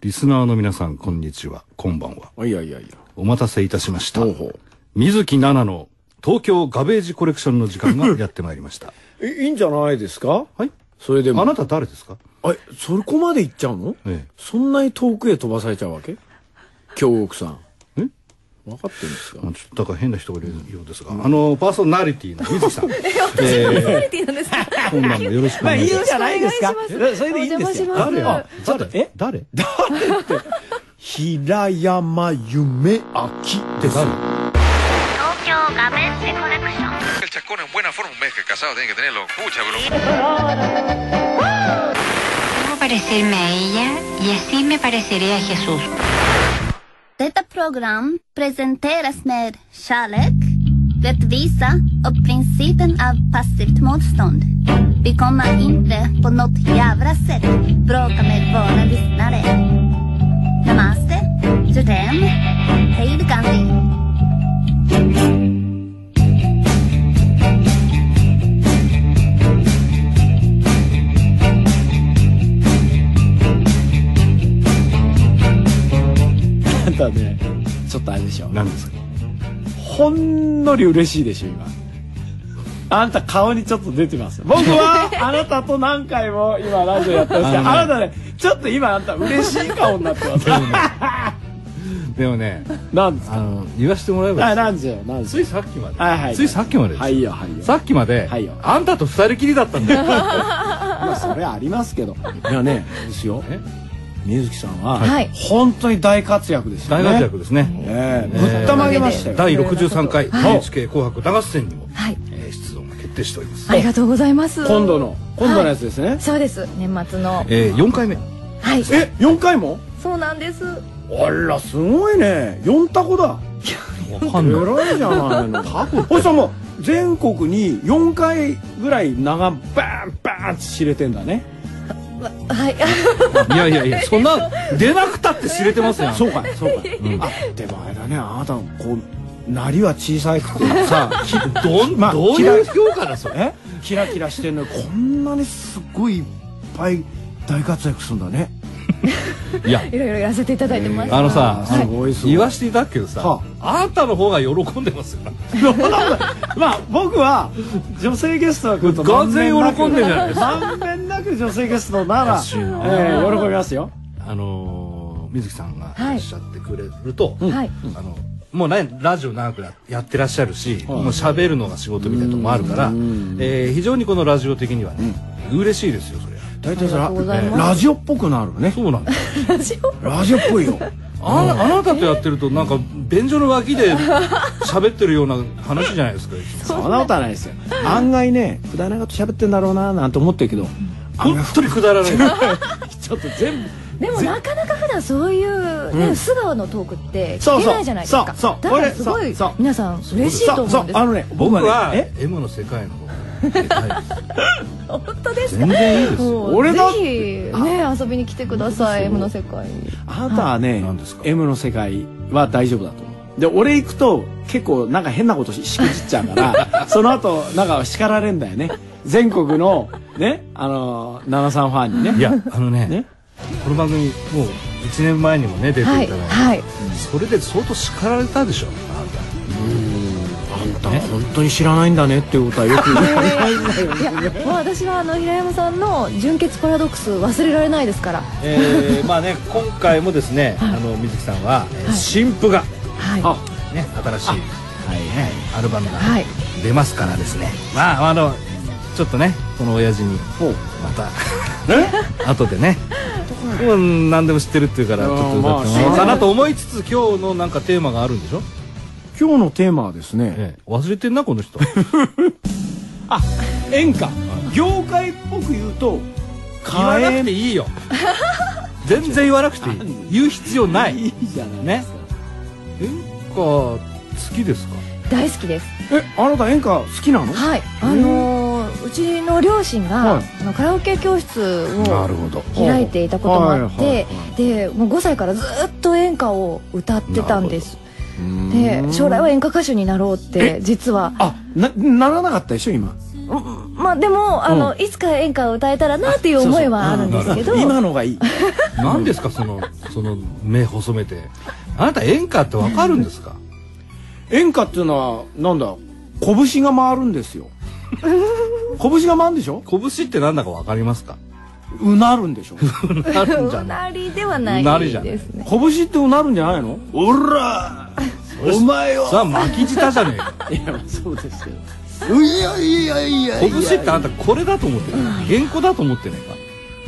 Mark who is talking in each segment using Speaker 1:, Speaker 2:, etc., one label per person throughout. Speaker 1: リスナーの皆さん、こんにちは。こんばんは。
Speaker 2: あいやいやいや。
Speaker 1: お待たせいたしました。
Speaker 2: ほうほう
Speaker 1: 水木奈々の東京ガベージコレクションの時間がやってまいりました。
Speaker 2: えいいんじゃないですか
Speaker 1: はい。
Speaker 2: それでも
Speaker 1: あなた誰ですか
Speaker 2: あそこまで行っちゃうの、
Speaker 1: ええ
Speaker 2: そんなに遠くへ飛ばされちゃうわけ京極さん
Speaker 1: え
Speaker 2: 分かってるんですか
Speaker 1: あちょっとだから変な人がいるようですが、あの、パーソナリティの水木さん。
Speaker 3: ナリティなんですか
Speaker 1: 今晩もよろしくお
Speaker 4: まあ
Speaker 1: 願
Speaker 4: いい
Speaker 1: いし
Speaker 4: じ
Speaker 1: ます。
Speaker 4: ゃないですか
Speaker 3: お願いします
Speaker 4: それでいいんです
Speaker 3: お
Speaker 4: よ
Speaker 3: 邪魔し
Speaker 1: 誰
Speaker 3: ま
Speaker 1: あ
Speaker 3: す、
Speaker 4: ちょっと
Speaker 1: 誰
Speaker 4: え
Speaker 1: 誰
Speaker 4: 平山夢明です
Speaker 5: 東京ガベッセコレクション
Speaker 6: El chascón en buena forma, un mes que casado tiene que tenerlo. Pucha, pero...
Speaker 7: Debo parecerme a ella y así me pareceré a Jesús.
Speaker 8: Detta program presenteras med kärlek, rättvisa och principen av passivt motstånd. Vi kommer inte på något jävla sätt bråka med våra lyssnare. Namaste, Jodem, Hej Gandhi.
Speaker 4: あんたねちょっとあれでしょ
Speaker 1: 何ですか
Speaker 4: ほんのり嬉しいでしょ今あんた顔にちょっと出てます僕 はあなたと何回も今ラジオやってますけどあ,、
Speaker 1: あ
Speaker 4: なたねちょっと今あんた嬉しい顔になってます
Speaker 1: でもね、
Speaker 4: なんですか
Speaker 1: あの、言わせてもらえば
Speaker 4: あ
Speaker 1: ですね
Speaker 4: なんですよなんです
Speaker 1: つ
Speaker 4: よ
Speaker 1: いさっきまで。
Speaker 4: はいはい
Speaker 1: ついさっきまでです。
Speaker 4: はいよはいよ
Speaker 1: さっきまで、
Speaker 4: はいよ
Speaker 1: あんたと二人きりだったんだよ。
Speaker 4: まあそれありますけどいやねですよ
Speaker 1: え
Speaker 4: 水木さんは、
Speaker 3: はい
Speaker 4: 本当に大活躍ですよ
Speaker 1: 大
Speaker 4: ね
Speaker 1: 活躍ですね。
Speaker 4: ええぶったまげましたよ、
Speaker 1: 第63回
Speaker 4: はい
Speaker 1: NHK 紅白歌合戦にも、
Speaker 3: はい
Speaker 1: えー出場が決定しております
Speaker 3: あ。りがとうございます
Speaker 4: 今度の今度のやつですね、
Speaker 3: そうです年末の
Speaker 1: えー、4回目。
Speaker 3: はい
Speaker 4: え四回も
Speaker 3: そうなんです
Speaker 4: あらすごいね四タコだ
Speaker 1: わかんない。
Speaker 4: 偉いじゃないのタコおじさんも全国に四回ぐらい長バーンバーンって知れてんだね
Speaker 3: はい
Speaker 1: いやいやいや、そんな、出なくたって知れてますよ。
Speaker 4: そうかいそうかい、あでもあれだねあなたのこうなりは小さいくて
Speaker 1: さあ、きどん、
Speaker 4: まあ
Speaker 1: どういう評価だ、それ。
Speaker 4: えキラキラしてんのにこんなにすごいいっぱい大活躍するんだね
Speaker 1: いや、
Speaker 3: いろいろやらせていただいてます
Speaker 1: あのさ、
Speaker 4: すごいすごい
Speaker 1: 言わしていただくけどさ
Speaker 4: は、
Speaker 1: あんたの方が喜んでますよ。
Speaker 4: そんなことまあ僕は女性ゲストが来ると
Speaker 1: がぜん喜んでるじゃないです
Speaker 4: か満遍なく女性ゲストなら、え
Speaker 1: しいな
Speaker 4: ー喜びますよ
Speaker 1: あのー、水木さんがい
Speaker 3: はい
Speaker 1: らっしゃってくれると、
Speaker 3: はい
Speaker 1: あのもうねラジオ長くなやってらっしゃるし、もう喋るのが仕事みたいなとこもあるから、えー非常にこのラジオ的にはね、嬉しいですよそれは
Speaker 4: 大体そ
Speaker 3: ありがとうござい
Speaker 4: れ
Speaker 3: ます
Speaker 4: ラジオっぽくなるね
Speaker 1: そうなんだ
Speaker 3: ラジオ
Speaker 4: ラジオっぽいよ
Speaker 1: ああなたとやってるとなんか便所の脇で喋ってるような話じゃないですか
Speaker 4: そんなことはないですよ 案外ねくだらないこと喋ってんだろうななんて思ってるけど
Speaker 1: 本当にくだらない
Speaker 4: ちょっと全部
Speaker 3: でもなかなか普段そういう、ね素顔のトークって聞けないじゃないですか
Speaker 4: そうそうそう
Speaker 3: だからすごい
Speaker 4: 俺そうそう
Speaker 3: 皆さん嬉しいと思うんです
Speaker 4: あのね
Speaker 1: 僕は
Speaker 4: え
Speaker 1: M の世界の方がでかいです
Speaker 3: 本当ですか
Speaker 1: 全然いいですよ
Speaker 3: もう
Speaker 4: 俺だっ
Speaker 3: ぜひね遊びに来てください M の世界に
Speaker 4: あなたはね
Speaker 1: 何ですか
Speaker 4: M の世界は大丈夫だと思うで俺行くと結構なんか変なことししくじっちゃうから その後なんか叱られんだよね全国のねあのー、七三ファンにね
Speaker 1: いやあのね
Speaker 4: ね
Speaker 1: この番組もう1年前にもね出ていただ
Speaker 3: はいい
Speaker 1: て、
Speaker 3: はい
Speaker 1: それで相当叱られたでしょ
Speaker 4: あんた本当に知らないんだねっていうことはよく言 う
Speaker 3: いやもう私はあの平山さんの純血パラドックス忘れられないですから
Speaker 1: えー、まあね今回もですね、あの水木さんは、えー新婦が
Speaker 3: はい
Speaker 4: あ
Speaker 1: ね新しい、ねアルバムが
Speaker 3: はい
Speaker 1: 出ますからですね、まああのちょっとねこの親父にまた 後でねうん何でも知ってるっていうからちょっと歌ってもらおうかなと思いつつ今日のなんかテーマがあるんでしょ、
Speaker 4: 今日のテーマはですね、
Speaker 1: ええ忘れてんなこの人
Speaker 4: あ演歌業界っぽく言うと
Speaker 1: 言わなくていいよ全然言わなくていい言う必要ない
Speaker 4: いいじゃない
Speaker 1: ね演歌好きですか
Speaker 3: 大好きです
Speaker 4: えあなた演歌好きなの
Speaker 3: はいあのーうちの両親が、
Speaker 4: はい
Speaker 3: あのカラオケ教室
Speaker 4: な
Speaker 3: を
Speaker 4: るほど
Speaker 3: 開いていたこともあって、
Speaker 4: はいはい
Speaker 3: でもう5歳からずっと演歌を歌ってたんですで将来は演歌歌手になろうって実は
Speaker 4: あなならなかったでしょ今
Speaker 3: ままあでもあの、いつか演歌を歌えたらなっていう思いはあるんですけど
Speaker 4: 今のがいい
Speaker 1: 何ですかそのその目細めてあなた演歌ってわかるんですか
Speaker 4: 演歌っていうのはなんだ拳が回るんですよ拳が回るんでしょ
Speaker 1: 拳ってなんだかわかりますか
Speaker 4: うなるんでしょ
Speaker 1: なるんじゃ
Speaker 3: う
Speaker 1: ない
Speaker 3: なりではな
Speaker 1: うなり
Speaker 3: い
Speaker 1: じゃない
Speaker 3: ですね
Speaker 4: 拳ってうなるんじゃないの
Speaker 1: おらお前はさあ巻き舌じゃねえか
Speaker 4: いやそうですけど
Speaker 1: 拳ってあんたこれだと思ってる原稿だと思ってねえか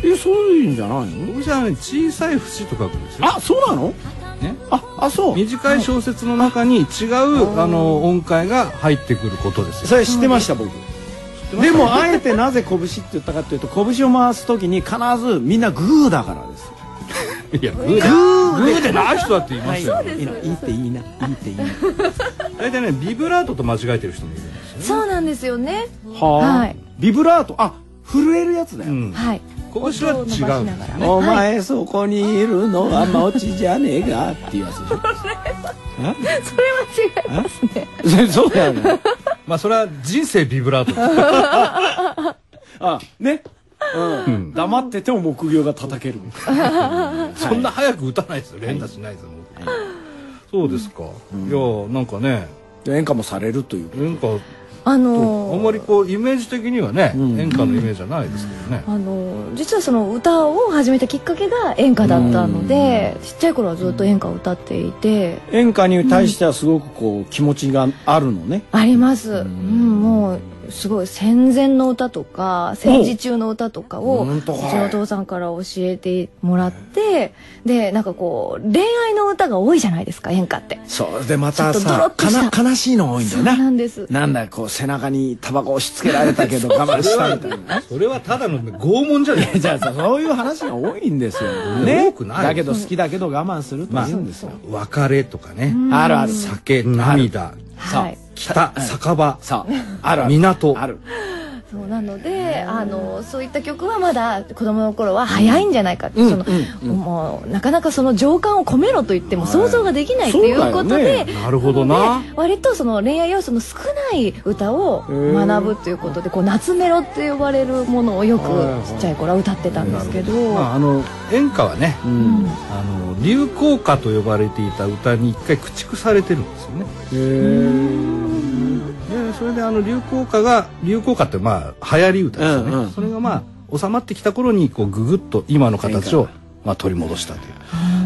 Speaker 4: えそういうんじゃないの
Speaker 1: 拳はね小さい節と書くんですよ
Speaker 4: あそうなの
Speaker 1: ね
Speaker 4: ああそう
Speaker 1: 短い小説の中に違うあの音階が入ってくることです
Speaker 4: そ
Speaker 1: よ
Speaker 4: れ知ってました僕でもあえてなぜ拳って言ったかっていうと拳を回す時に必ずみんなグーだからですよ
Speaker 1: いやグーグーでない人だって言いますよ
Speaker 4: いいないいっていいないいっていいな
Speaker 1: 大体ねビブラートと間違えてる人もいるんですよ
Speaker 3: そうなんですよね
Speaker 4: は
Speaker 3: は
Speaker 4: あ
Speaker 3: い
Speaker 4: ビブラートあ震えるやつだ
Speaker 1: う
Speaker 4: よ
Speaker 1: ん
Speaker 3: はい
Speaker 1: 拳は違うんですよ
Speaker 3: 音を伸ばしながら
Speaker 4: お前そこにいるのはマオチじゃねえかっていうやつでしょ
Speaker 3: それは違いますね
Speaker 4: そ そうだよね。
Speaker 1: まあそれは人生ビブラートです
Speaker 4: あ、ね。うん。黙ってても木魚が叩 けるみたいな。
Speaker 1: そんな早く打たないですよ連打しないですよ、そうですか、いやなんかね
Speaker 4: 演歌もされるという。
Speaker 1: 演歌
Speaker 3: あ
Speaker 1: あ
Speaker 3: の
Speaker 1: んまりこうイメージ的にはね、演歌のイメージじゃないですけどね、
Speaker 3: あの実はその歌を始めたきっかけが演歌だったのでちっちゃい頃はずっと演歌を歌っていて
Speaker 4: 演歌に対してはすごくこう気持ちがあるのね。
Speaker 3: あります、うん、もうすごい戦前の歌とか戦時中の歌とかをうちのお父さんから教えてもらってでなんかこう恋愛の歌が多いじゃないですか演歌って
Speaker 4: それでまた
Speaker 3: ちょっとドロッ
Speaker 4: さ、
Speaker 3: と
Speaker 4: か
Speaker 3: した
Speaker 4: な悲しいの多いんだ
Speaker 3: そう
Speaker 4: よ
Speaker 3: な
Speaker 4: な。
Speaker 3: んです
Speaker 4: なんだこう背中にタバコ押し付けられたけど我慢したみたいな。
Speaker 1: それはただの拷問じゃない
Speaker 4: じゃあそういう話が多いんですよ。
Speaker 1: ね
Speaker 4: ね。
Speaker 1: 多くない
Speaker 4: だけど好きだけど我慢するって
Speaker 1: まあ
Speaker 4: 言うんですよ。
Speaker 1: 別れとかね
Speaker 4: あるある。
Speaker 1: 酒涙
Speaker 3: はい
Speaker 1: 北酒場
Speaker 4: さあ、あるある。
Speaker 1: 港
Speaker 4: ある。
Speaker 3: そうなのであのそういった曲はまだ子供の頃は早いんじゃないかって、そのもうなかなかその情感を込めろと言っても想像ができないっていうこ
Speaker 4: そ
Speaker 3: と
Speaker 4: うだよ
Speaker 3: で、
Speaker 4: ね
Speaker 1: なるほどな
Speaker 3: で割とその恋愛要素の少ない歌を学ぶということでこう夏メロって呼ばれるものをよくちっちゃい頃は歌ってたんですけど
Speaker 1: まああの演歌はね、あの流行歌と呼ばれていた歌に一回駆逐されてるんですよねでそれであの流行歌が流行歌ってまあ流行り歌ですよね、
Speaker 4: うんうん
Speaker 1: それがまあ収まってきた頃にこうググッと今の形をまあ取り戻したとい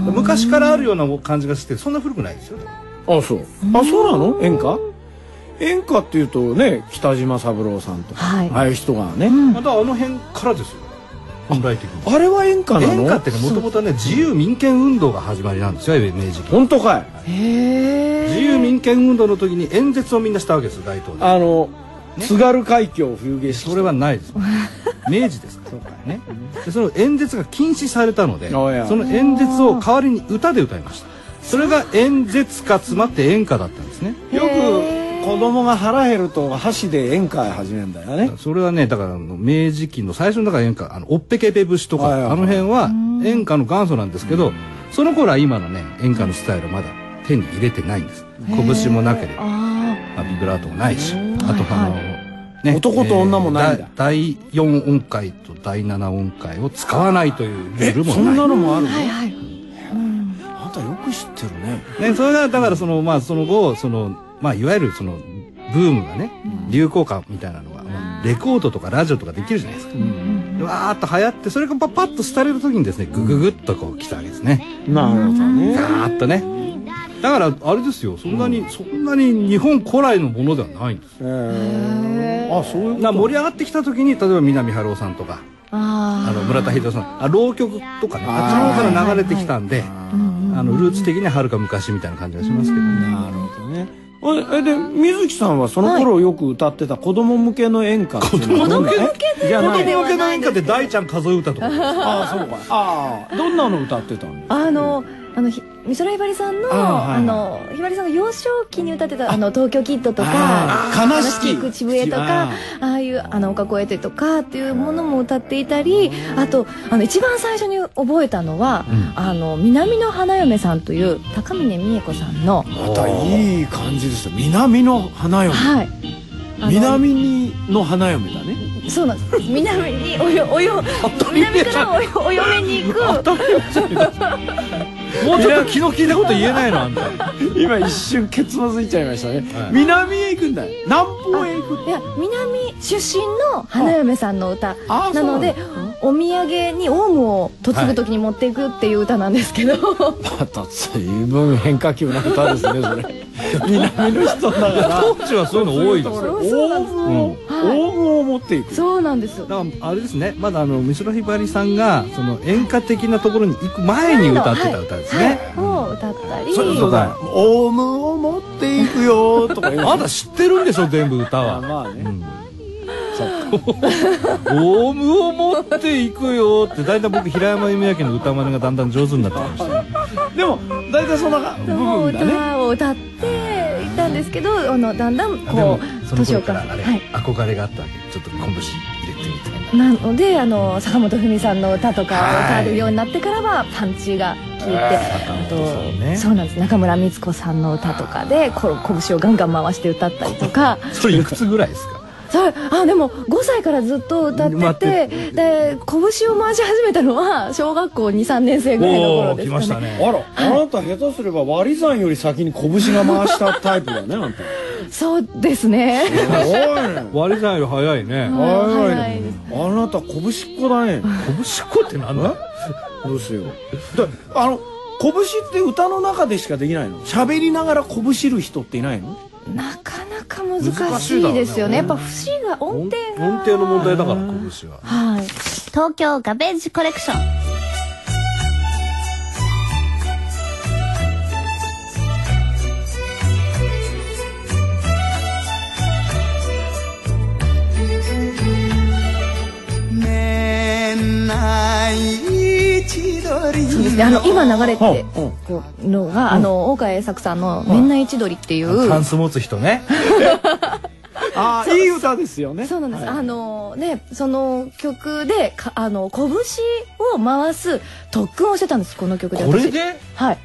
Speaker 1: う昔からあるような感じがしてそんな古くないですよね
Speaker 4: あそうあそうなの演歌演歌っていうとね北島三郎さんとか、
Speaker 3: はい
Speaker 4: ああいう人がね、
Speaker 1: またあの辺からですよ本来的に
Speaker 4: あれは演歌なの
Speaker 1: 演歌ってねもともとね自由民権運動が始まりなんですよ明治期
Speaker 4: 本当かい
Speaker 3: へ
Speaker 1: 自由民権運動の時に演説をみんなしたわけですよ大統領
Speaker 4: あの、津軽海峡冬景色
Speaker 1: それはないです明治ですからねでその演説が禁止されたので
Speaker 4: おや
Speaker 1: その演説を代わりに歌で歌いましたそれが演説か詰まって演歌だったんですね
Speaker 4: よく子供が腹減ると箸で演歌始めるんだよね
Speaker 1: それはねだからあの明治期の最初のだから演歌あのおっぺけべ節とか、
Speaker 4: はいはいはい
Speaker 1: あの辺は演歌の元祖なんですけどその頃は今のね演歌のスタイルをまだ手に入れてないんです拳もなければ、
Speaker 3: あ
Speaker 1: まあ、ビブラートもないしあとあの、ね
Speaker 4: 男と女もないんだ
Speaker 1: えー第4音階と第7音階を使わないというルールも
Speaker 4: そんな
Speaker 1: ない
Speaker 4: のもあるの、
Speaker 3: はいはい
Speaker 4: あんたよく知ってるね
Speaker 1: ね、それがだからそのまあその後そのまあいわゆるそのブームがね流行歌みたいなのが、まあレコードとかラジオとかできるじゃないですか、でわーっと流行ってそれがパッパッと廃れる時にですねグググッとこう来たわけですね
Speaker 4: なるほどね
Speaker 1: ガーッとねだからあれですよそんなに、そんなに日本古来のものではないんですよ
Speaker 4: えー、あそういう
Speaker 1: な盛り上がってきた時に例えば南春夫さんとかあ
Speaker 3: あ
Speaker 1: の村田秀夫さんあ浪曲とかねあっちの方から流れてきたんであのルーツ的にははるか昔みたいな感じがしますけどね
Speaker 4: なるほどねええで水木さんはその頃よく歌ってた子供向けの演歌子
Speaker 1: 子供向け
Speaker 4: じゃ
Speaker 1: 子
Speaker 4: ない
Speaker 1: 供向けの演歌って大ちゃん数え歌とかですよ
Speaker 4: ああそうかああどんなの歌ってたの
Speaker 3: ああのあのひ美空ひばりさんの
Speaker 4: あー
Speaker 3: あ,、
Speaker 4: はい
Speaker 3: のひばりさんが幼少期に歌ってたあの東京キッドと
Speaker 4: あ
Speaker 3: か
Speaker 4: ー悲しき
Speaker 3: き口笛と
Speaker 4: あ
Speaker 3: かああいうあの丘越えてとかっていうものも歌っていたりあとあの一番最初に覚えたのは、あの南の花嫁さんという高峰美恵子さんの
Speaker 4: またいい感じですよ南の花嫁
Speaker 3: はいあの
Speaker 4: 南にの花嫁だね
Speaker 3: そうなんです南におよおよ南からおよお嫁に行く
Speaker 1: もうちょっと気の利いたこと言えないのあんた
Speaker 4: 今一瞬ケツまずいちゃいましたね、
Speaker 1: はい
Speaker 4: 南へ行くんだよ南方へ行く
Speaker 3: いや南出身の花嫁さんの歌
Speaker 4: ああ
Speaker 3: なので
Speaker 4: そ
Speaker 3: お土産にオウムを嫁ぐ時に持っていくっていう歌なんですけど、
Speaker 4: また随分変化球な歌ですねそれ 南の人だから
Speaker 1: 当時はそういうの多いですよ
Speaker 3: そうそう
Speaker 4: 大
Speaker 3: なんです
Speaker 4: 物を
Speaker 3: はい
Speaker 4: 大物を持っていく
Speaker 3: そうなんです
Speaker 1: だからあれですねまだあの美空ひばりさんがその演歌的なところに行く前に歌ってた歌ですね、
Speaker 3: はい、を歌ったり
Speaker 1: そうそうだ
Speaker 4: オウムを持っていくよとか言う
Speaker 1: あなた知ってるんでしょ全部歌は、
Speaker 4: まあね
Speaker 1: うんオウムを持っていくよってだいたい僕平山夢明の歌真似がだんだん上手になってきましたね
Speaker 4: でも大体そんな部
Speaker 3: の
Speaker 4: 分だね
Speaker 3: 歌を歌っていったんですけどあのだんだん
Speaker 1: でも
Speaker 3: こう
Speaker 1: その
Speaker 3: 年を
Speaker 1: 頃か
Speaker 3: 重
Speaker 1: ら
Speaker 3: ね
Speaker 1: あれ、
Speaker 3: はい
Speaker 1: 憧れがあったわけちょっと昆布節入れてみたいな
Speaker 3: なのであの坂本冬美さんの歌とかを歌えるようになってからはパンチが効いてあ
Speaker 1: 坂
Speaker 3: と
Speaker 1: 本さんね
Speaker 3: そうなんです中村光子さんの歌とかでこ拳をガンガン回して歌ったりと か
Speaker 1: それいくつぐらいですか
Speaker 3: そうあでも5歳からずっと歌
Speaker 1: 待
Speaker 3: っ
Speaker 1: って
Speaker 3: ててで拳を回し始めたのは小学校23年生ぐらいの頃
Speaker 1: おおー
Speaker 3: で
Speaker 1: 来
Speaker 3: す
Speaker 1: まし
Speaker 3: か
Speaker 1: た
Speaker 3: ね
Speaker 1: ね
Speaker 4: あらあなた下手すれば割り算より先に拳が回したタイプだね あんた
Speaker 3: そうですね
Speaker 4: すごいね
Speaker 1: 割り算より早いね
Speaker 4: はい
Speaker 3: 早いです
Speaker 4: あなた拳っ子だね
Speaker 1: 拳っこってなんだ
Speaker 4: どうしようだあの拳って歌の中でしかできないの喋りながら拳る人っていないの
Speaker 3: なかなか難しいですよねやっぱ節が音程が
Speaker 1: 音程の問題だから拳は
Speaker 3: はい
Speaker 8: 東京ガベージコレクション
Speaker 3: そうですねあの今流れて
Speaker 4: うん
Speaker 3: こうのが、あの大川栄策さんの「年内一鳥」っていう、
Speaker 1: タンス持つ人ね
Speaker 4: ああいい歌ですよね
Speaker 3: そうなんです、あのねその曲でかあの拳を回す特訓をしてたんですこの曲で
Speaker 1: これで
Speaker 3: はい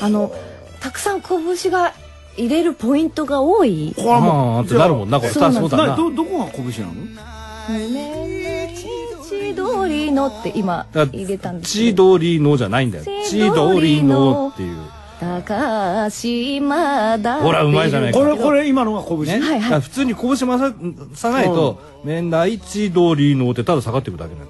Speaker 3: あのたくさん拳が入れるポイントが多い
Speaker 4: これは
Speaker 1: あ
Speaker 4: も
Speaker 1: あ
Speaker 4: う
Speaker 1: ってなるもんなこれ
Speaker 3: そうなんです
Speaker 1: そうだ
Speaker 4: な
Speaker 1: な
Speaker 4: どどこが拳なの
Speaker 3: 「年内一鳥の」って今
Speaker 1: だ
Speaker 3: 入れたんです
Speaker 1: チドリのじゃないんだよチドリのっていう
Speaker 3: 高島だ
Speaker 1: ほらうまいじゃないか
Speaker 4: これこれ今のが拳、
Speaker 1: ね、
Speaker 3: はいはい
Speaker 1: だから普通に拳回ささないと「面台一通りの」ってただ下がっていくだけなの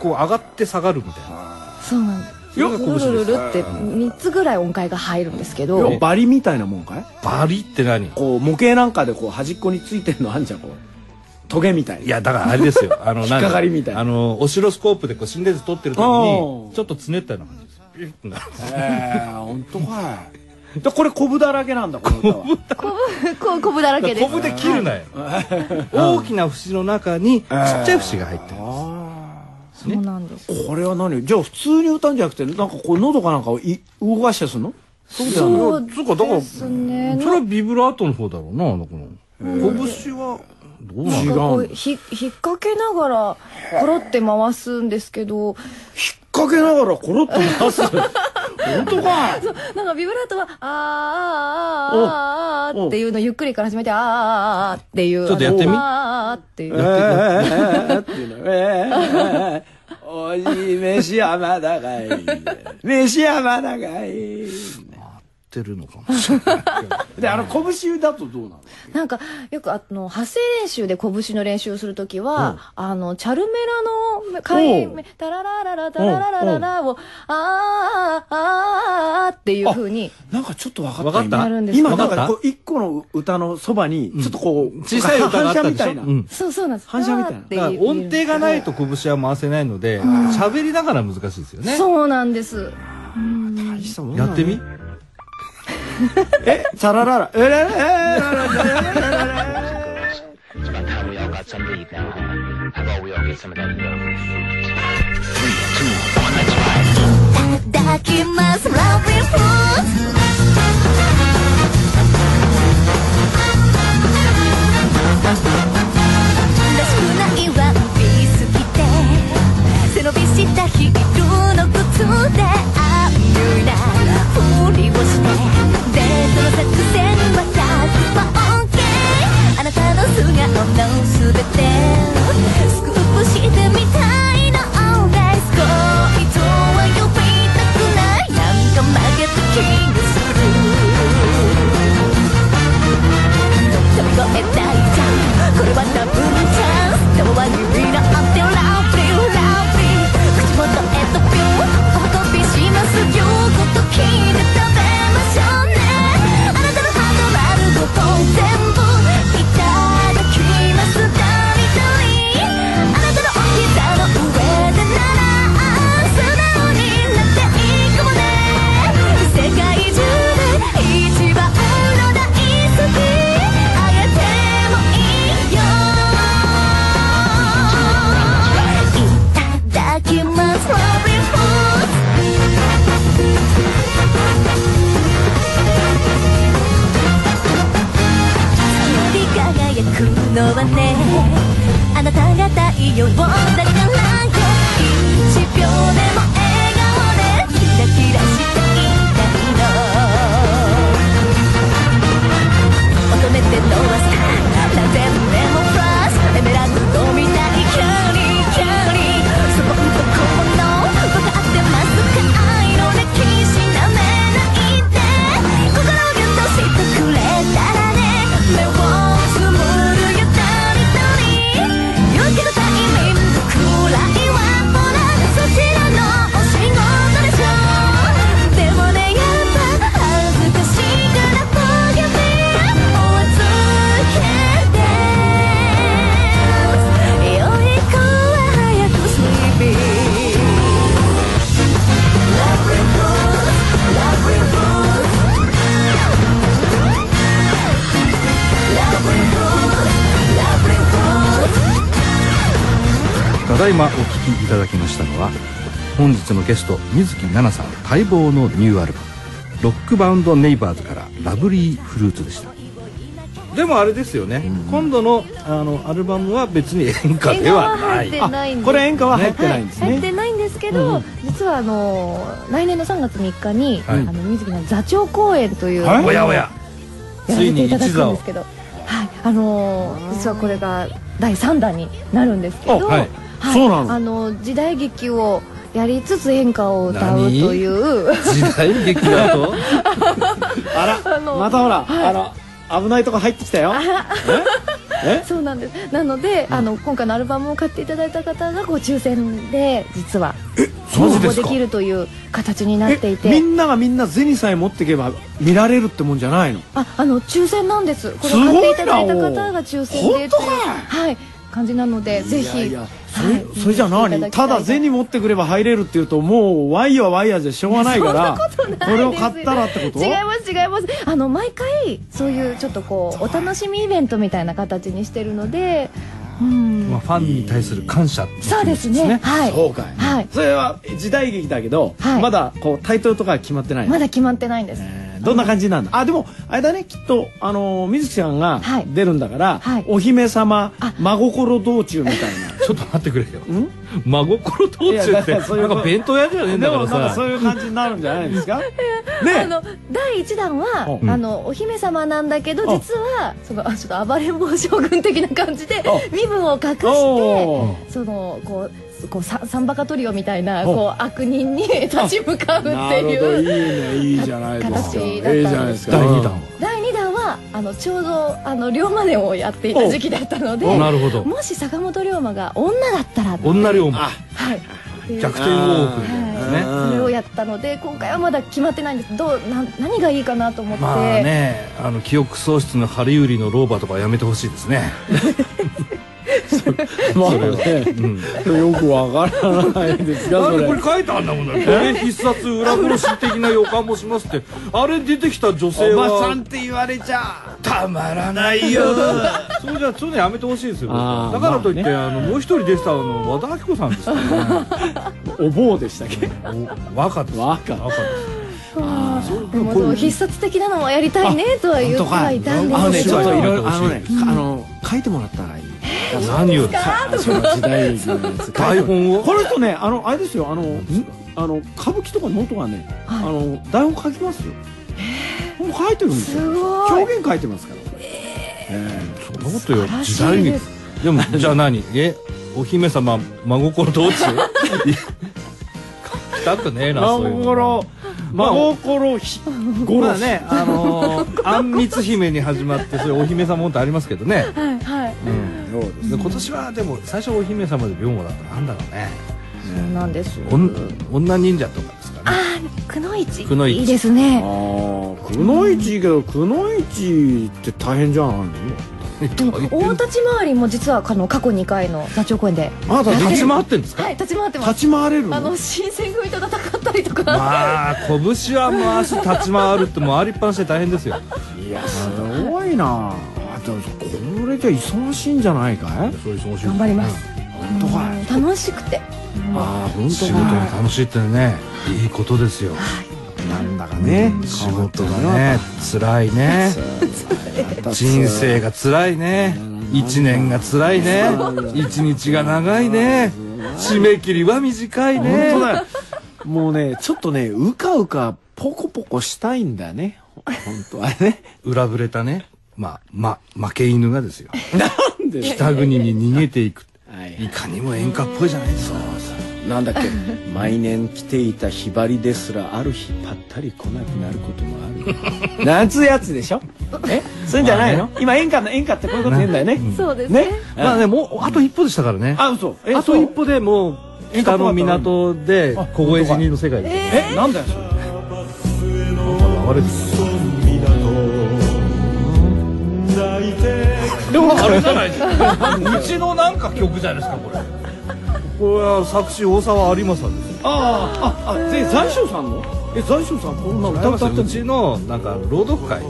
Speaker 1: こう上がって下がるみたいな
Speaker 3: そうなんです
Speaker 1: それが
Speaker 3: ル
Speaker 1: 拳
Speaker 3: ルル
Speaker 1: です
Speaker 3: ルって3つぐらい音階が入るんですけど
Speaker 4: 要はバリみたいなもんかい
Speaker 1: バリって何
Speaker 4: こう模型なんかでこう端っこについてんのあんじゃんこうトゲみたい
Speaker 1: いやだからあれです よあの
Speaker 4: っかかりみたいな
Speaker 1: あのオシロスコープでこう心電図取ってる時
Speaker 4: お
Speaker 1: に
Speaker 4: ー
Speaker 1: ちょっとつねったような感じですピュッてなる
Speaker 4: ええ本当かいでこれコブだらけなんだこの歌は
Speaker 3: こう、こぶだらけです。
Speaker 1: コブで切るなよ大きな節の中にちっちゃい節が入ってる
Speaker 3: そうなんです。
Speaker 4: これは何じゃあ普通に歌うんじゃなくてなんかこう喉かなんかをい動かしてすんの
Speaker 1: そうだからだからそ
Speaker 3: そうね。
Speaker 1: れはビブラートの方だろうなあのこの拳はどうな
Speaker 4: 違
Speaker 1: の
Speaker 4: う
Speaker 3: こうひ引っ掛けながらコロって回すんですけど
Speaker 4: かけながらコロッと回す本当かい
Speaker 3: なんかビブラートは「あーあーあーあーあー」っていうのをゆっくりから始めて「あーあーあー」っていう
Speaker 1: ちょっとやってみ
Speaker 3: あのあーあーってい
Speaker 4: ええ
Speaker 3: う
Speaker 4: ええええっていうのええええおじ飯山だかい飯山だかい
Speaker 1: ってるのかもしれない
Speaker 4: であの拳だとどうなの
Speaker 3: なんかよくあの発声練習で拳の練習をするときはあのチャルメラの回目「タララララタラララララ」を「あーあーあーあー」っていうふうに
Speaker 4: なんかちょっと分かった
Speaker 1: わかった
Speaker 4: 今
Speaker 3: やるんです
Speaker 4: 今
Speaker 1: わかっ
Speaker 4: なん
Speaker 1: た
Speaker 4: かこう一個の歌のそばにちょっとこう
Speaker 1: 小さい歌があったで
Speaker 4: 反射み
Speaker 1: しょ
Speaker 4: たいな
Speaker 1: うん
Speaker 3: そうそうなんです
Speaker 4: 反射みたいな
Speaker 3: あーって
Speaker 1: だ
Speaker 3: う
Speaker 1: から音程がないと拳は回せないので喋りながら難しいですよね
Speaker 3: そうなんです
Speaker 4: 大したもんだ
Speaker 1: や
Speaker 4: ね
Speaker 1: ってみ
Speaker 4: えチャラララえららえらら
Speaker 8: 抱きます Lovely Fruit らしくないワンピース着て背伸びしたヒールの靴で歩いながらふりをしてデートの作戦は100%オッケーあなたの素顔のすべてのはねあなたが太陽だからよ一秒でも笑顔でキラキラしていたいの求めて伸ばす何千年もプラスエメラルドみたい急に急にそこんとこの分かってますか愛の歴史なめないで心をギュッとしてくれたらね目をつむるよ誰一人勇気のタイミングくらいはもらそちらのお仕事でしょでもねやっぱ恥ずかしいから Forgive me 追いつけて良い子は早く Sleepy Love
Speaker 1: ただいまお聴きいただきましたのは本日のゲスト水木奈々さん待望のニューアルバム「ロックバウンドネイバーズ」から「ラブリーフルーツ」でしたでもあれですよね、今度のあのアルバムは別に演歌ではない
Speaker 3: 演歌は入ってないんです
Speaker 1: あこれ演歌は入って
Speaker 3: は
Speaker 1: ない
Speaker 3: い
Speaker 1: んですね、
Speaker 3: 入ってないんですけど、実はあの来年の3月3日に、
Speaker 1: はい
Speaker 3: あの水木の座長公演というのを
Speaker 1: おやお
Speaker 3: や
Speaker 1: や
Speaker 3: らせていただくんですけど、はい、あのー実はこれが第3弾になるんですけど、
Speaker 1: あはい
Speaker 3: はい
Speaker 2: そうなの
Speaker 3: あの時代劇をやりつつ演歌を歌うという。
Speaker 1: 時代劇だと
Speaker 4: あら
Speaker 3: あの
Speaker 4: またほら、あの危ないとこ入ってきたよ
Speaker 3: そうなんですなので、あの今回のアルバムを買っていただいた方がご抽選で実は応募できるという形になって
Speaker 4: え
Speaker 3: い
Speaker 4: み
Speaker 3: て
Speaker 4: んながみんな銭さえ持っていけば見られるってもんじゃないの
Speaker 3: ああの抽選なんですこれ
Speaker 4: すごいな
Speaker 3: 買っていただいた方が抽選で
Speaker 4: 本当かい
Speaker 3: はい感じなのでぜ
Speaker 4: いや
Speaker 3: ひ
Speaker 4: いやそ
Speaker 3: は
Speaker 4: れ
Speaker 3: い
Speaker 4: それじゃ
Speaker 3: 見
Speaker 4: 何
Speaker 3: てい
Speaker 4: ただ
Speaker 3: だきいな
Speaker 4: 銭持ってくれば入れるっていうともうワイヤーワイヤーじゃしょうがないからこれを買ったらってこと
Speaker 3: 違います違いますあの毎回そういうちょっとこうお楽しみイベントみたいな形にしてるのでうん
Speaker 1: まあファンに対する感謝
Speaker 3: そうですねはい
Speaker 4: そうかい
Speaker 3: はい
Speaker 4: それは時代劇だけど、
Speaker 3: はい
Speaker 4: まだこうタイトルとかは決まってないの
Speaker 3: まだ決まってないんです
Speaker 4: えーどんな感じなんだあでもあれだねきっとあのー水木さんが
Speaker 3: はい
Speaker 4: 出るんだから、
Speaker 3: はい
Speaker 4: お姫様
Speaker 3: あ
Speaker 4: 真心道中みたい
Speaker 1: ちょっと待ってくれよ真心道
Speaker 4: いや
Speaker 1: 中
Speaker 4: だ
Speaker 1: っ
Speaker 4: か
Speaker 1: て
Speaker 4: らそうい
Speaker 1: な
Speaker 4: うん
Speaker 1: か弁当屋じゃねえ
Speaker 4: な
Speaker 1: んだ
Speaker 4: で
Speaker 1: か
Speaker 4: も
Speaker 1: ら
Speaker 4: なんかそ
Speaker 1: さ
Speaker 4: ういう感じになるんじゃないですかね
Speaker 3: あの第1弾は、
Speaker 1: うん
Speaker 3: あのお姫様なんだけど実はそのあちょっと暴れん坊将軍的な感じで身分を隠して
Speaker 4: おー
Speaker 3: そのこうこうササンバカトリオみたいなこう悪人に 立ち向かうって
Speaker 4: なるほどいい
Speaker 3: いう
Speaker 4: ねいいじゃないですか
Speaker 3: 形だったんです
Speaker 4: いいじゃないですか
Speaker 1: 第2弾は
Speaker 3: 第2弾はあのちょうどあの龍馬伝をやっていた時期だったので
Speaker 1: おなるほど
Speaker 3: もし坂本龍馬が女だったら
Speaker 1: 女龍馬
Speaker 4: あ
Speaker 3: はいっていう
Speaker 1: 逆転ウォークみたいなね
Speaker 3: はい、それをやったので今回はまだ決まってないんですどうな何がいいかなと思って、
Speaker 1: まあねあの記憶喪失のハリウリの老婆とかはやめてほしいですね
Speaker 4: まあね
Speaker 1: うん
Speaker 4: よくわからないですが
Speaker 1: な
Speaker 4: そ
Speaker 1: んでこ
Speaker 4: れ
Speaker 1: れ書いてあんなもんだよ、これ必殺裏殺し的な予感もしますってあれ出てきた女性は
Speaker 4: て言われちゃ
Speaker 1: たまらないよそれじゃそういうのやめてほしいですよ
Speaker 4: あー
Speaker 1: だからといって、あのもう一人出てたあの和田アキ子さんですからね
Speaker 4: お坊でしたっけ
Speaker 1: お若です
Speaker 4: わか
Speaker 1: 若です
Speaker 3: でもそう必殺的なのもやりたいねとは言ってはいたん
Speaker 4: あの
Speaker 3: で
Speaker 4: ね
Speaker 3: す
Speaker 4: ち
Speaker 3: けど
Speaker 4: ょっといろい
Speaker 1: やって
Speaker 4: ろ
Speaker 1: ほし
Speaker 4: あ
Speaker 1: い
Speaker 4: のねあの書いてもらったらいい
Speaker 1: 何をですか
Speaker 4: あその時代劇のやつ
Speaker 1: 台本を
Speaker 4: この人ねあのあれですよあのあの歌舞伎とかの音がね、あの台本書きますよもう書いてるんですよ
Speaker 3: すごい
Speaker 4: 表現書いてますから
Speaker 1: そんなことよ
Speaker 3: 素晴らしい
Speaker 1: 時代
Speaker 3: で
Speaker 1: 劇
Speaker 3: す
Speaker 1: でもじゃあ何えお姫様真心どっ ち書きたくねえなそういうの
Speaker 4: 真心ひご
Speaker 1: まあ
Speaker 4: ろ
Speaker 1: ね、あのー、あんみつ姫に始まってそれお姫様もってありますけどね、
Speaker 3: はいはい
Speaker 1: うん、で今年はでも最初お姫様で病魔だったらなんだろうね
Speaker 3: そうなんです
Speaker 1: おん女忍者とかですかね
Speaker 3: くのいち
Speaker 1: くのいち
Speaker 3: いいですね
Speaker 4: ああくのいちいいけどくのいちって大変じゃないの
Speaker 3: でも大立ち回りも実はあの過去2回の座長公演で
Speaker 4: あなた
Speaker 1: 立
Speaker 4: 立
Speaker 1: ち
Speaker 4: ち
Speaker 1: 回
Speaker 4: 回
Speaker 1: ってんですか、
Speaker 3: はい立ち回ってます
Speaker 4: 立ち回れる
Speaker 3: あ
Speaker 4: の
Speaker 3: の新選組と戦ったりとか、
Speaker 1: まあ拳は回し立ち回るってもうありっぱなしで大変ですよ
Speaker 4: いやすごいなあでもこれじゃ忙しいんじゃないかい
Speaker 1: そういう忙しい
Speaker 3: 頑張ります
Speaker 4: 本当かい
Speaker 3: 楽しくて
Speaker 4: ああ本
Speaker 1: 仕事が楽しいってねいいことですよ
Speaker 4: なんだかね
Speaker 1: 仕事がね辛いね人生が辛いね一年が辛いね一日が長いね締め切りは短いね
Speaker 4: 本当だよもうねちょっとねうかうかポコポコしたいんだね本当はね
Speaker 1: 裏ぶれたねまあま負け犬がですよ北国に逃げていく
Speaker 4: はい
Speaker 1: いかにも演歌っぽいじゃないですか
Speaker 4: なんだっけ毎年来ていたひばりですらある日ぱったり来なくなることもあるなんつうやつでしょえそういうんじゃないの、今演歌の演歌ってこういうこと言うんだよね、
Speaker 3: そうです
Speaker 4: ね
Speaker 3: ね
Speaker 1: まあねもうあと一歩でしたからね
Speaker 4: あ嘘え
Speaker 1: あと
Speaker 4: そう
Speaker 1: 一歩でもう北
Speaker 4: 演歌っぽ
Speaker 1: の
Speaker 4: かったの
Speaker 1: 港で凍え死にの世界ですよ
Speaker 4: えなんだよそれ
Speaker 1: 流れてきた
Speaker 4: でもあれじゃない う
Speaker 1: ちのなんか曲じゃないですかこれこれは作詞大沢有馬さんですよ
Speaker 4: ああああで財生さんのえ財生さんこんな歌歌って
Speaker 1: うちのなんか朗読会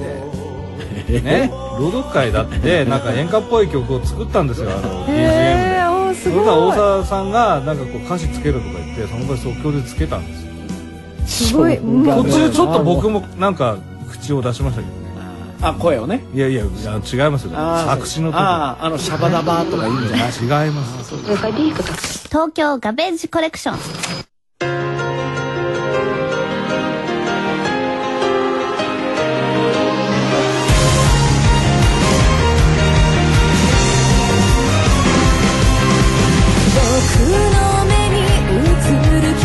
Speaker 1: でね朗読会だってなんか演歌っぽい曲を作ったんですよあの BGM で
Speaker 3: えー、おーす
Speaker 1: それ
Speaker 3: ごい
Speaker 1: が大沢さんがなんかこう歌詞つけるとか言ってその場で即興でつけたんですよ
Speaker 3: すごいも
Speaker 1: 途
Speaker 3: う
Speaker 1: 中ちょっと僕もなんか口を出しましたけどね
Speaker 4: あ声をね
Speaker 1: いやいやいや違いますよ作詞の時
Speaker 4: あああのシャバダバとかいいんじゃない
Speaker 1: 違います
Speaker 8: 東京ガベージコレクション僕の目に映る君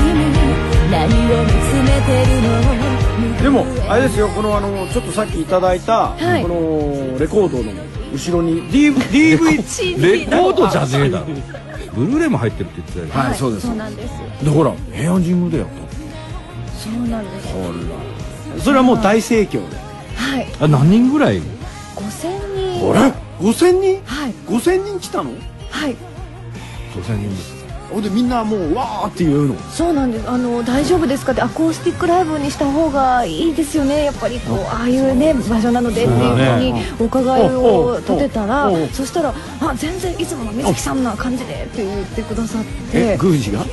Speaker 8: 何を見つめてるの
Speaker 4: でもあれですよこのあのちょっとさっきいただいた、
Speaker 3: はい
Speaker 4: このレコードの後ろに DV DV
Speaker 1: レコードじゃねえだろブルーレイも入ってるって言ってたよね
Speaker 2: はいそうです
Speaker 3: そうなんです
Speaker 2: でほら平安神宮でやっ
Speaker 3: そうなんです
Speaker 4: それはもう大盛況で
Speaker 3: はい
Speaker 1: あ何人ぐらい
Speaker 3: 5000人
Speaker 4: あれ5000人
Speaker 3: はい
Speaker 4: 5000人来たの
Speaker 3: はい
Speaker 1: 女性人です
Speaker 2: ほんでみんなもうわーって言うの
Speaker 3: そうなんですあの大丈夫ですかってアコースティックライブにした方がいいですよねやっぱりこうああいうね場所なのでっていうのにお伺いを立てたらそしたら「あ全然いつもの水木さんな感じで」って言ってくださって
Speaker 4: 宮司が
Speaker 3: は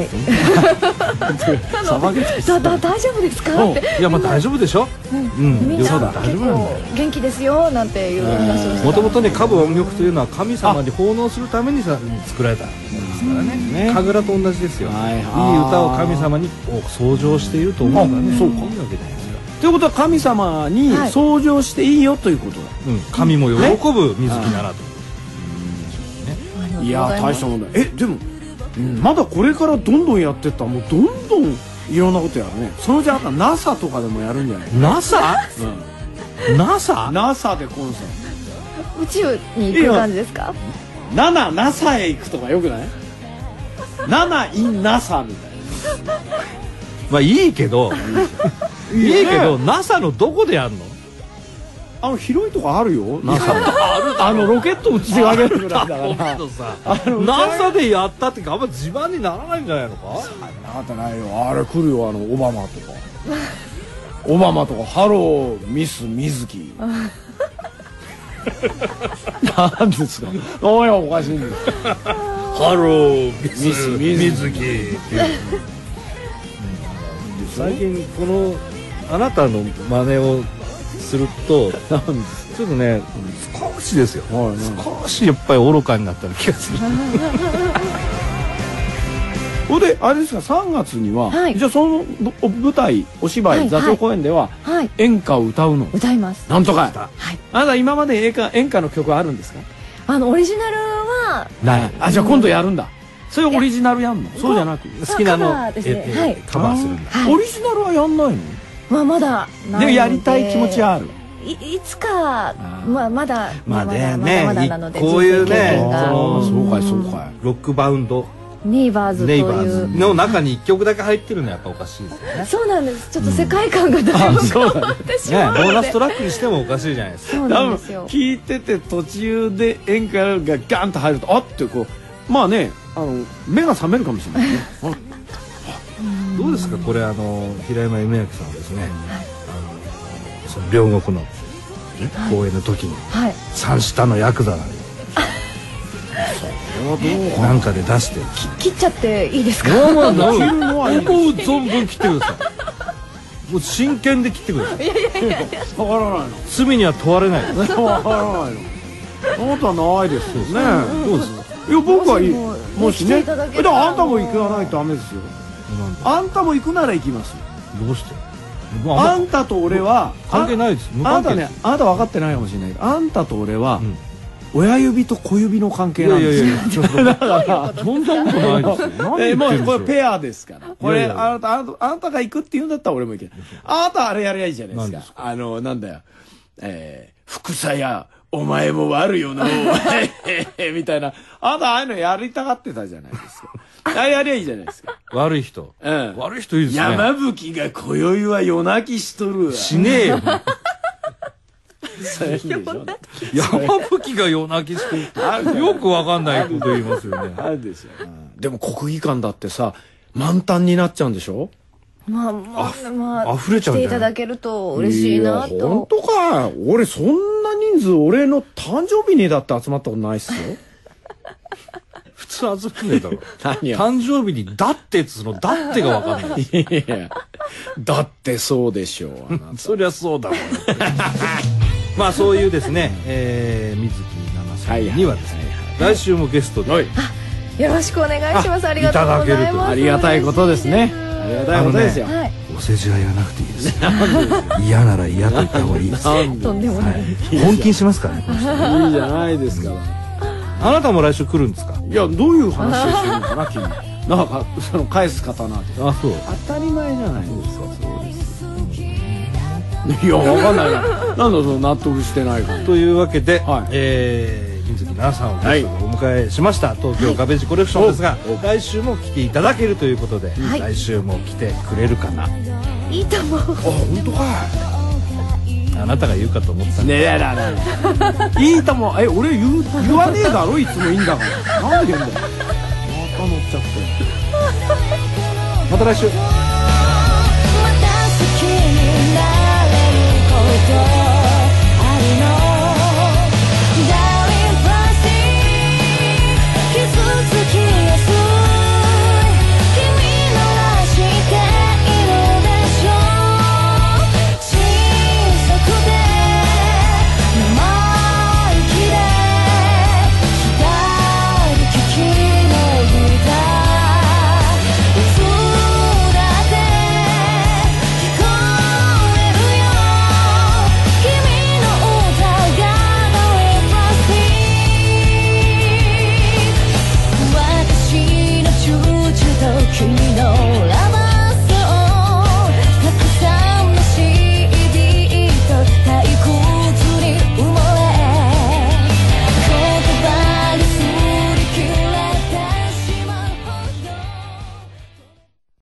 Speaker 3: い
Speaker 4: 騒げて
Speaker 3: だだ大丈夫ですかって
Speaker 1: いやまあ大丈夫でしょうん
Speaker 3: みんな
Speaker 1: そうだ大
Speaker 3: 結
Speaker 1: 丈夫なんだ
Speaker 3: 構元気ですよなんていう話をして
Speaker 1: もともとね歌舞音曲というのは神様に奉納するためにさ作られたものですからね
Speaker 4: ね
Speaker 1: 神楽と同じですよいい
Speaker 4: はいはい
Speaker 1: 歌を神様にこう奏上していると思うからねそうかいいわけじゃないですか
Speaker 4: ということは神様に
Speaker 3: はい
Speaker 4: 相乗していいよということだ、
Speaker 1: うん神も喜ぶ水木ならと
Speaker 4: い、やー大したもんだえでも、うんまだこれからどんどんやってったらもうどんどんいろんなことやるねそのうちあと NASA とかでもやるんじゃない
Speaker 1: NASA? NASA?
Speaker 4: NASA でコンサート
Speaker 3: 宇宙に行く感じですか
Speaker 4: 7 NASA へ行くとかよく ない7 in NASA みたいな
Speaker 1: まあいいけどいいけど NASA のどこでやるの
Speaker 4: あの広いとこあるよ NASA あのロケット打ち上げる ぐらいだから
Speaker 1: だけどさ NASA でやったってあんま自慢にならないんじゃないのか
Speaker 2: なかったないよあれ来るよあのオバマとかオバマとかハローミス水木なんですかおいおかしいんです
Speaker 1: ハローミス
Speaker 2: ミス水
Speaker 1: 木最近このあなたの真似をするとちょっとね少しですよ少しやっぱり愚かになった気がする
Speaker 4: ほんであれですか3月には、
Speaker 3: はい
Speaker 4: じゃあそのぶお舞台お芝居、
Speaker 3: はい
Speaker 4: 座長公演では
Speaker 3: はい
Speaker 4: 演歌を歌うの
Speaker 3: 歌います
Speaker 4: なんとかい
Speaker 3: はい
Speaker 4: あなた今まで演歌演歌の曲あるんですか
Speaker 3: あのオリジナルは
Speaker 4: ないあじゃあ今度やるんだそれオリジナルやんのそうじゃなく
Speaker 1: 好きな
Speaker 3: カバ
Speaker 1: の
Speaker 3: ーですね
Speaker 1: えー
Speaker 3: はい
Speaker 1: カバーするんだ
Speaker 3: はい
Speaker 4: オリジナルはやんないの
Speaker 3: まあまだないの
Speaker 4: でもやりたい気持ちはある
Speaker 3: いいつかまあまだ
Speaker 1: まあ
Speaker 3: まだ
Speaker 1: ね
Speaker 3: まだまだなので
Speaker 1: こういう
Speaker 3: 人生経
Speaker 1: ね
Speaker 3: 験
Speaker 1: そ
Speaker 3: が
Speaker 1: の
Speaker 2: そうかいそうかい
Speaker 1: ロックバウンド
Speaker 3: ネイバーズと
Speaker 1: ネイバ
Speaker 3: い
Speaker 1: ーズ
Speaker 3: う
Speaker 1: の中に1曲だけ入ってるのはやっぱおかしいですよね
Speaker 3: そうなんですちょっと世界観がだいぶ変わってし
Speaker 1: ねボ
Speaker 3: まう
Speaker 1: ー
Speaker 3: の
Speaker 1: ナス
Speaker 3: で
Speaker 1: トラックにしてもおかしいじゃないですか
Speaker 3: そうなんですよ
Speaker 4: 聞いてて途中で演歌がガンと入るとあってこうまあねあの目が覚めるかもしれないね
Speaker 1: どうですかこれあの平山夢明さんはですね、あのその両国の、ね公演の時に
Speaker 3: はい
Speaker 1: 三下のヤクザなんでなんかで出して
Speaker 3: 切っちゃっていいですか
Speaker 1: もう思う存分切ってくださいもう真剣で切ってください
Speaker 4: わからないの
Speaker 1: 罪には問われない
Speaker 4: わからないのそのことはないですよねどうですいや僕はいい
Speaker 3: もしも
Speaker 4: もし
Speaker 3: 来て
Speaker 4: ね
Speaker 3: いただけた
Speaker 4: だ
Speaker 3: ら
Speaker 4: からあんたも行かないとダメですよ
Speaker 1: なんだ
Speaker 4: あんたも行くなら行きますよ
Speaker 1: どうして僕あ
Speaker 4: あ
Speaker 1: んま
Speaker 4: んたと俺は
Speaker 1: 関係
Speaker 4: い
Speaker 1: ないです無
Speaker 4: あん
Speaker 1: 関
Speaker 4: た
Speaker 1: 係
Speaker 4: ね
Speaker 1: です
Speaker 4: あなた分かってないかもしれないけどあんたと俺は
Speaker 1: うん
Speaker 4: 親指と小指の関係
Speaker 1: いや
Speaker 4: なん
Speaker 1: いや
Speaker 4: で
Speaker 1: い
Speaker 4: すよ
Speaker 1: やそんな ことないですよ何
Speaker 4: えー
Speaker 1: 言
Speaker 4: も
Speaker 1: ってるん
Speaker 4: うこれ
Speaker 1: ですよ
Speaker 4: ペアですからこれ
Speaker 1: いやいや
Speaker 4: あなたあなたあなたが行くって言うんだったら俺も行けるあなたあれやりゃいいじゃないですか
Speaker 1: 何です
Speaker 4: あのなんだよえー、福さやお前も悪よの みたいなあなたああいうのやりたがってたじゃないですか あれやりゃいいじゃないですか
Speaker 1: 悪い人
Speaker 4: うん
Speaker 1: 悪い人いいですね
Speaker 4: 山吹が今宵は夜泣きしとるわ
Speaker 1: しねえ よ
Speaker 4: それいいでしょ
Speaker 1: 山吹が夜泣きしてるってよくわかんないこと言いますよね
Speaker 4: あるでしょ、でも国技館だってさ満タンになっちゃうんでしょ
Speaker 3: まあまあまあ
Speaker 1: 溢れちゃ
Speaker 3: 来
Speaker 1: うん
Speaker 3: て
Speaker 1: じ
Speaker 3: い
Speaker 1: ゃな
Speaker 3: た
Speaker 1: い
Speaker 3: だけると嬉しいなと
Speaker 4: や本当か俺そんな人数俺の誕生日にだって集まったことないっすよ
Speaker 1: 普通集まんねえだろ
Speaker 4: 何
Speaker 1: 誕生日に「だって」っつうの「だって」がわかんない
Speaker 4: いやいやだってそうでしょうあな
Speaker 1: そりゃそうだもんまあそういうですね、えー、水木奈々さんにはですね、来週もゲストで、
Speaker 4: はい
Speaker 3: よろしくお願いします。ありがとうござ
Speaker 1: いただけ
Speaker 3: い
Speaker 1: ると
Speaker 3: ます。
Speaker 4: ありがたいことですねありが
Speaker 3: 嬉
Speaker 4: たいことですよ、
Speaker 3: しいはい。
Speaker 1: お世辞は言わなくていいです嫌なら嫌と言った方がいいです、は
Speaker 3: とんでもない。
Speaker 1: い、本気にしますからねこの人
Speaker 4: いいじゃないですから
Speaker 1: あなたも来週来るんですか
Speaker 4: いやどういう話をしてるのかな君なんかその返す刀って
Speaker 1: あそう
Speaker 4: 当たり前じゃないですかいやわかんないななんだその納得してないこと
Speaker 1: というわけで、
Speaker 4: はい
Speaker 1: えー水木奈々さんをゲストでお迎えしました、東京ガベージコレクションですが、来週も来ていただけるということで、
Speaker 3: い
Speaker 1: 来週も来てくれるかない
Speaker 3: いと思う。
Speaker 1: あなたが言うかと思ったんで
Speaker 4: ねえだらねえいいともえ俺言う言わねえだろいつもいいんだからなんで言うんだよまた乗っちゃって
Speaker 1: また来週
Speaker 8: 「君の声が聞こえてる」